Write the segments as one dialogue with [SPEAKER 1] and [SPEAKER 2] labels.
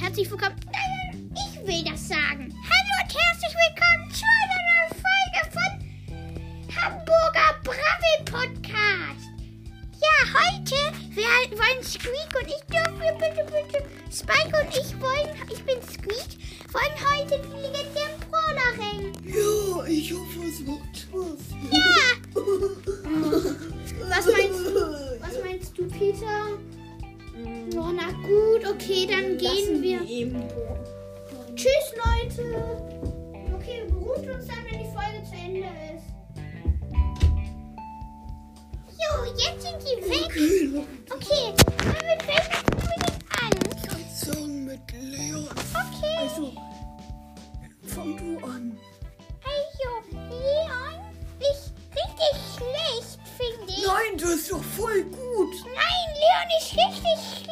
[SPEAKER 1] herzlich willkommen. Nein, nein, ich will das sagen. Hallo und herzlich willkommen zu einer neuen Folge von Hamburger Bravel Podcast. Ja, heute wir wollen Squeak und ich dürfen bitte, bitte. Spike und ich wollen, ich bin Squeak, wollen heute die legendären Brawler rennen. Ah,
[SPEAKER 2] Ja, ich hoffe, es macht Spaß.
[SPEAKER 1] Ja, was meinst du? Was meinst du, Peter? Oh, na gut, okay, dann gehen
[SPEAKER 2] Lassen
[SPEAKER 1] wir.
[SPEAKER 2] Eben.
[SPEAKER 1] Tschüss, Leute. Okay, beruht uns dann, wenn die Folge zu Ende ist. Jo, jetzt sind die weg.
[SPEAKER 2] Okay, Leute,
[SPEAKER 1] Okay, aber mit welchem fangen wir jetzt an?
[SPEAKER 2] ich kann sagen mit Leon.
[SPEAKER 1] Okay,
[SPEAKER 2] Also, fang du an.
[SPEAKER 1] also, Leon, ich richtig schlecht, finde ich.
[SPEAKER 2] Nein, das ist doch voll gut.
[SPEAKER 1] Nein, Leon ist richtig schlecht.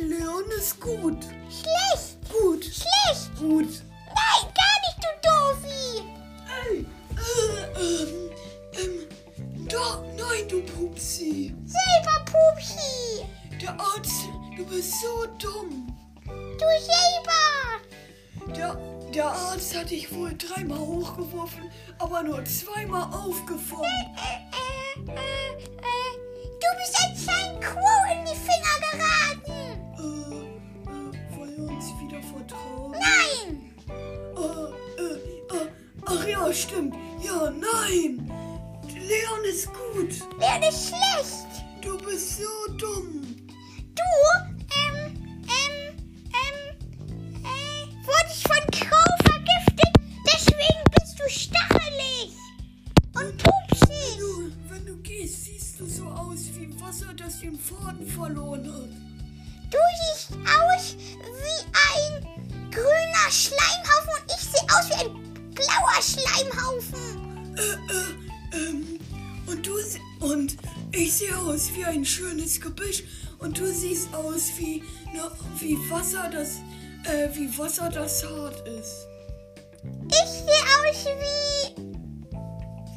[SPEAKER 2] Nein, Leon ist gut.
[SPEAKER 1] Schlecht,
[SPEAKER 2] Gut,
[SPEAKER 1] schlecht.
[SPEAKER 2] gut.
[SPEAKER 1] Nein, gar nicht, du Doofi.
[SPEAKER 2] Ey, äh, ähm, ähm, da, nein, du Pupsi.
[SPEAKER 1] Selber Pupsi.
[SPEAKER 2] Der Arzt, du bist so dumm.
[SPEAKER 1] Du selber.
[SPEAKER 2] Der, der Arzt hat dich wohl dreimal hochgeworfen, aber nur zweimal aufgefangen.
[SPEAKER 1] Äh, äh, äh, du bist anscheinend Quo in die Finger geraten.
[SPEAKER 2] Äh, äh, wollen wir uns wieder vertrauen?
[SPEAKER 1] Nein.
[SPEAKER 2] Äh, äh, äh, ach ja, stimmt. Ja, nein. Leon ist gut.
[SPEAKER 1] Werde schlecht.
[SPEAKER 2] Du bist so dumm.
[SPEAKER 1] Du, ähm, ähm, ähm, äh, wurdest von Crow vergiftet. Deswegen bist du stachelig. Und pupsig.
[SPEAKER 2] Du, wenn du gehst, siehst du so aus wie Wasser, das den Faden verloren hat.
[SPEAKER 1] Du siehst aus wie ein grüner Schleimhaufen und ich sehe aus wie ein blauer Schleimhaufen.
[SPEAKER 2] Äh, äh, ähm, und du se- und ich sehe aus wie ein schönes Gebüsch und du siehst aus wie na, wie Wasser, das äh, wie Wasser, das hart ist.
[SPEAKER 1] Ich sehe aus wie.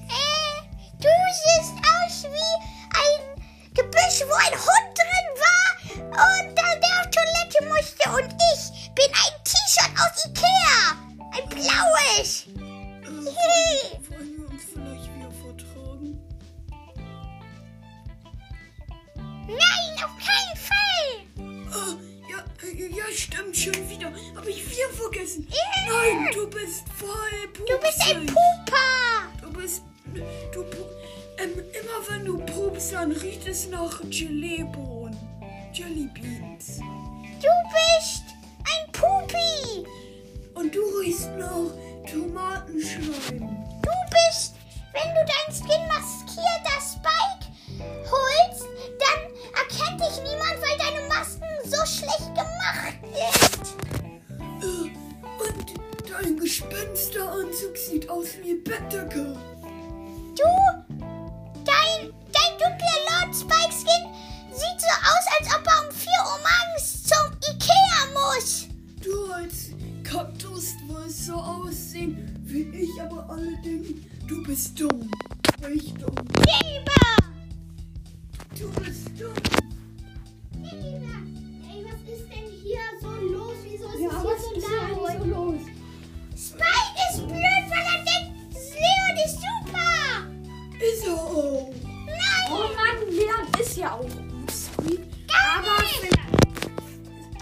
[SPEAKER 1] Äh, du siehst aus wie ein Gebüsch, wo ein Hund drin war und dann der auf Toilette musste. Und ich bin ein T-Shirt aus Ikea. Ein blaues.
[SPEAKER 2] Äh, wollen, wollen wir uns vielleicht wieder vertragen?
[SPEAKER 1] Nein, auf keinen Fall.
[SPEAKER 2] Ah, ja, äh, ja, stimmt schon wieder. Hab ich wieder vergessen. Nein, du bist voll Pupsi.
[SPEAKER 1] Du bist ein Pupa.
[SPEAKER 2] Du bist. Du. pu- Ähm, immer wenn du pupst, dann riecht es nach Geleebohnen. Jellybeans.
[SPEAKER 1] Du bist ein Pupi.
[SPEAKER 2] Und du riechst nach Tomatenschleim.
[SPEAKER 1] Du bist, wenn du dein Skin maskierter Spike holst, dann erkennt dich niemand, weil deine Masken so schlecht gemacht sind.
[SPEAKER 2] Äh, und dein Gespensteranzug sieht aus wie Bettdecke.
[SPEAKER 1] Du, dein, dein dunkler Lord Spike Skin sieht so aus, als ob er um 4 Uhr morgens zum Ikea muss.
[SPEAKER 2] Du als Kaktus wolltest so aussehen wie ich, aber alle denken, du bist dumm. Ich dumm.
[SPEAKER 1] Silber!
[SPEAKER 2] Du bist dumm.
[SPEAKER 1] Ey, was ist denn hier so los? Wieso ist
[SPEAKER 2] los?
[SPEAKER 1] Spike ist blöd, weil er denkt, Leon ist super!
[SPEAKER 2] Ist er auch.
[SPEAKER 1] Nein!
[SPEAKER 3] Oh Mann, Leon ist ja auch gut, Squeak.
[SPEAKER 1] Gar
[SPEAKER 3] Aber
[SPEAKER 1] nicht.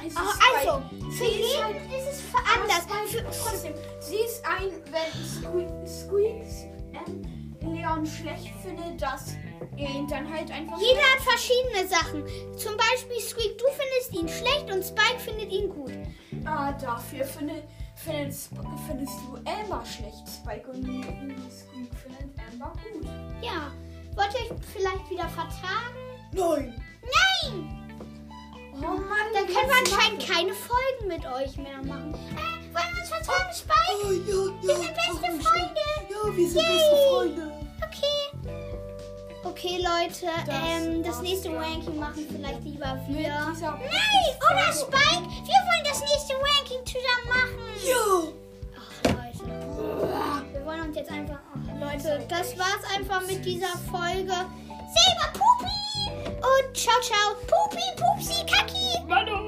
[SPEAKER 3] Also,
[SPEAKER 1] Ach,
[SPEAKER 3] Spike-
[SPEAKER 1] also, für
[SPEAKER 3] sie ist
[SPEAKER 2] halt
[SPEAKER 1] jeden
[SPEAKER 3] ein,
[SPEAKER 1] ist es
[SPEAKER 3] aber
[SPEAKER 1] anders.
[SPEAKER 3] Spike, trotzdem, sie ist ein, wenn Squeak, Squeaks ähm, Leon schlecht findet, dass er ihn dann halt einfach.
[SPEAKER 1] Jeder hat verschiedene Sachen. Zum Beispiel Squeak, du findest ihn schlecht und Spike findet ihn gut.
[SPEAKER 3] Ah, dafür findet, findet, Sp- findest du Amber schlecht, Spike. Und Squeak findet Amber gut.
[SPEAKER 1] Ja, wollt ihr euch vielleicht wieder vertragen?
[SPEAKER 2] Nein.
[SPEAKER 1] Nein!
[SPEAKER 3] Oh Mann,
[SPEAKER 1] Dann
[SPEAKER 3] wie
[SPEAKER 1] können wir
[SPEAKER 3] das
[SPEAKER 1] anscheinend
[SPEAKER 3] machen.
[SPEAKER 1] keine Folgen mit euch mehr machen. Äh, wollen wir uns vertragen, Spike?
[SPEAKER 2] Oh, ja, ja.
[SPEAKER 1] Wir sind beste
[SPEAKER 2] Warum
[SPEAKER 1] Freunde.
[SPEAKER 2] schon? Ja, wir sind
[SPEAKER 1] Yay.
[SPEAKER 2] beste Freunde.
[SPEAKER 1] Okay. Okay, Leute, das,
[SPEAKER 3] Das
[SPEAKER 1] ähm, das
[SPEAKER 3] war's
[SPEAKER 1] nächste
[SPEAKER 3] dann.
[SPEAKER 1] Ranking machen vielleicht lieber
[SPEAKER 3] Mit
[SPEAKER 1] wir.
[SPEAKER 3] dieser
[SPEAKER 1] Nein! Oder Spike! Wir wollen das nächste Ranking zusammen machen!
[SPEAKER 2] Ja.
[SPEAKER 1] Ach, Leute. Wir wollen uns jetzt einfach. Ach, Leute, das war's einfach mit dieser Folge. Silber Pupi! Und ciao, ciao. Pupi, Pupsi, Kaki!
[SPEAKER 3] Manu!